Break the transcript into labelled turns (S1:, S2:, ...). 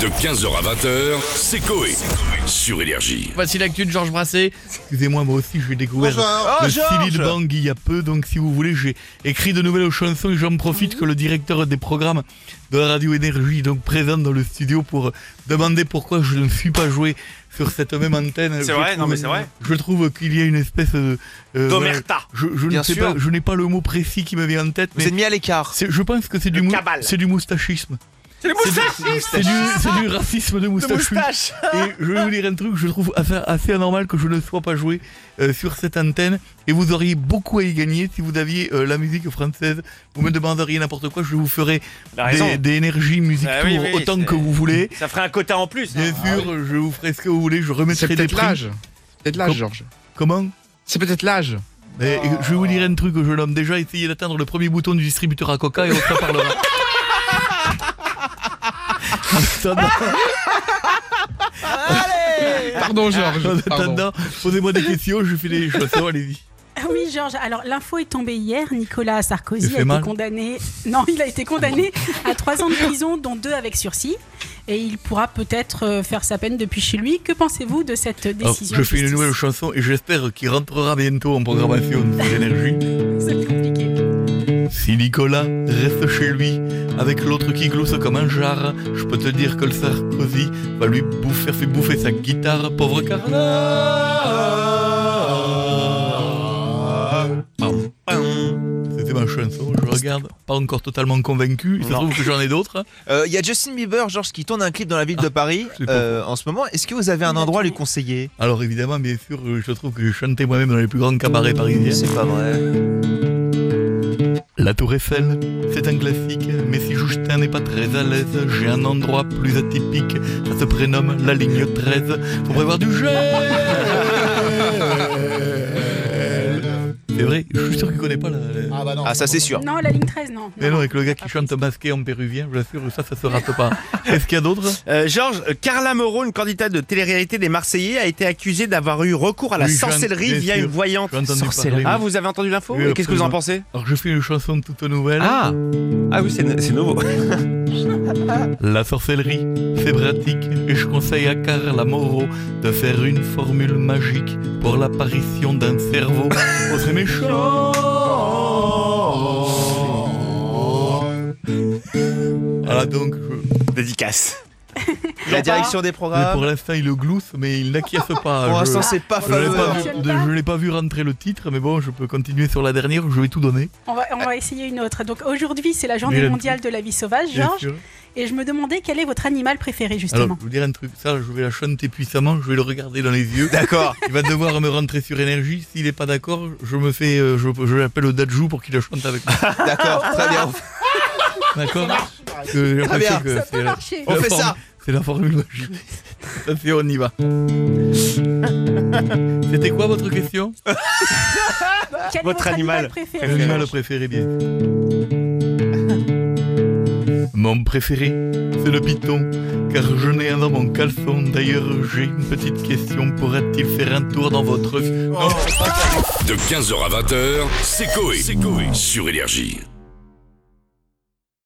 S1: De 15h à 20h, c'est Coé. Sur Énergie.
S2: Voici l'actu de Georges Brassé.
S3: Excusez-moi, moi aussi j'ai découvert
S4: Bonjour.
S3: le
S4: Oh, Georges.
S3: Silly de Bang il y a peu, donc si vous voulez, j'ai écrit de nouvelles chansons et j'en profite que le directeur des programmes de la Radio Énergie est donc présent dans le studio pour demander pourquoi je ne suis pas joué sur cette même antenne.
S4: C'est
S3: Je
S4: vrai, non,
S3: trouve-
S4: mais c'est vrai.
S3: Je trouve qu'il y a une espèce de... euh,
S4: D'omerta.
S3: Je, je ne
S4: Bien
S3: sais
S4: sûr.
S3: pas, je n'ai pas le mot précis qui me vient en tête,
S4: Vous
S3: mais
S4: êtes mis à l'écart.
S3: c'est- je pense que c'est du, mou-
S4: cabale.
S3: c'est du moustachisme.
S4: C'est les
S3: C'est du, c'est du racisme de moustachu. Et je vais vous dire un truc, je trouve assez, assez anormal que je ne sois pas joué euh, sur cette antenne. Et vous auriez beaucoup à y gagner si vous aviez euh, la musique française. Vous me demanderiez n'importe quoi, je vous ferai
S4: La raison.
S3: des, des énergies musique
S4: Ah oui,
S3: tour
S4: oui,
S3: autant
S4: c'est-
S3: que vous voulez.
S4: Ça ferait un quota en plus.
S3: Bien
S4: hein.
S3: sûr, je vous ferai ce que vous voulez, je remettrai des primes.
S5: Peut-être l'âge, Georges.
S3: Comment
S5: C'est peut-être l'âge.
S3: Mais Je vais vous dire un truc, jeune homme. Déjà, essayez d'atteindre le premier bouton du distributeur à coca et on s'en parlera. En attendant-
S5: Pardon, Georges.
S3: Ah, en
S5: pardon.
S3: attendant, posez-moi des questions, je fais des chansons, allez-y.
S6: Ah Oui, Georges. Alors, l'info est tombée hier. Nicolas
S3: Il
S6: Sarkozy
S3: fait
S6: a été
S3: mal.
S6: condamné. Non, il a été condamné à trois ans de prison, dont deux avec sursis. Et il pourra peut-être euh, faire sa peine depuis chez lui. Que pensez-vous de cette
S3: Alors, Oh,
S6: décision
S3: je
S6: de
S3: fais une
S6: justice Mmh.
S3: nouvelle chanson et j'espère qu'il rentrera bientôt en programmation de l'énergie.
S6: C'est compliqué.
S3: Si Nicolas reste chez lui avec l'autre qui glousse comme un jar, je peux te dire que le Sarkozy va lui bouffer, faire bouffer sa guitare, pauvre Carla. Pardon. C'était ma chanson, je regarde, pas encore totalement convaincu, il se
S4: Non.
S3: trouve que j'en ai d'autres.
S4: Euh, Il y a Justin Bieber, Georges, qui tourne un clip dans la ville de Paris
S3: c'est Ah, pas
S4: euh, en ce moment. Est-ce que vous avez un
S6: Il a
S4: endroit à lui
S6: tourné.
S4: conseiller
S3: Alors évidemment, bien sûr, je trouve que j'ai chanté moi-même dans les plus grands cabarets parisiens.
S4: C'est pas vrai.
S7: Euh,
S3: La tour Eiffel, c'est un classique, mais si Justin n'est pas très à l'aise, j'ai un endroit plus atypique, ça se prénomme la ligne 13, faut prévoir du gel C'est vrai, je suis sûr qu'il connaît pas la... la-
S4: Ah, ça c'est sûr.
S6: Non, la ligne 13, non.
S3: Mais non, avec le gars qui chante masqué en péruvien, je l'assure, ça, ça se rate pas. Est-ce qu'il y a d'autres
S7: Euh, Georges, euh, Carla Moreau, une candidate de télé-réalité des Marseillais, a été accusée d'avoir eu recours à la
S3: Oui, j'en-
S7: sorcellerie
S3: bien
S7: via
S3: sûr.
S7: une voyante.
S3: J'ai entendu
S4: Sorcellerie.
S3: parler.
S7: Ah, vous avez entendu l'info
S3: Oui,
S7: Et Qu'est-ce que vous en
S3: absolument.
S7: pensez
S3: Alors je fais une chanson toute nouvelle.
S7: Ah Ah oui, c'est c'est nouveau.
S3: La sorcellerie, c'est pratique et je conseille à Carla Moreau de faire une formule magique pour l'apparition d'un cerveau. Oh, c'est méchant Voilà Ah, donc, je-
S7: Dédicace.
S4: La direction des
S3: mais pour
S4: programmes.
S3: l'instant il le glousse mais il n'acquiesce pas.
S4: Pour
S3: Je-
S4: l'instant, c'est pas
S3: je l'ai pas
S4: faveur.
S3: vu-
S6: Fonctionne
S3: de-
S6: pas
S3: je l'ai pas vu rentrer le titre mais bon je peux continuer sur la dernière, je vais tout donner.
S6: On va, on va essayer une autre. Donc, aujourd'hui, c'est la journée
S3: Mélanie.
S6: mondiale de la vie sauvage,
S3: bien
S6: Georges.
S3: sûr.
S6: Et je me demandais quel est votre animal préféré,
S3: Alors
S6: justement.
S3: je vous dire un truc, ça je vais la chanter puissamment, je vais le regarder dans les yeux.
S4: D'accord.
S3: Il va devoir me rentrer sur énergie. S'il n'est pas d'accord, je me fais, euh, je, je l'appelle au Dajou pour qu'il le chante avec moi.
S4: D'accord, très bien.
S3: D'accord Parce que j'ai l'impression
S4: bien.
S3: que c'est la-
S6: Marché.
S4: On
S3: la
S4: fait
S3: forme-
S4: ça.
S3: C'est la formule magique. Ça fait, on y va. C'était quoi votre question
S6: Quel est
S7: Votre animal
S6: préféré
S3: Mon animal préféré, bien. Mon préféré, c'est le python, car je n'ai un dans mon caleçon. D'ailleurs, j'ai une petite question. Pourrait-il faire un tour dans votre
S1: De 15h à 20h, c'est Coé. Sur Énergie.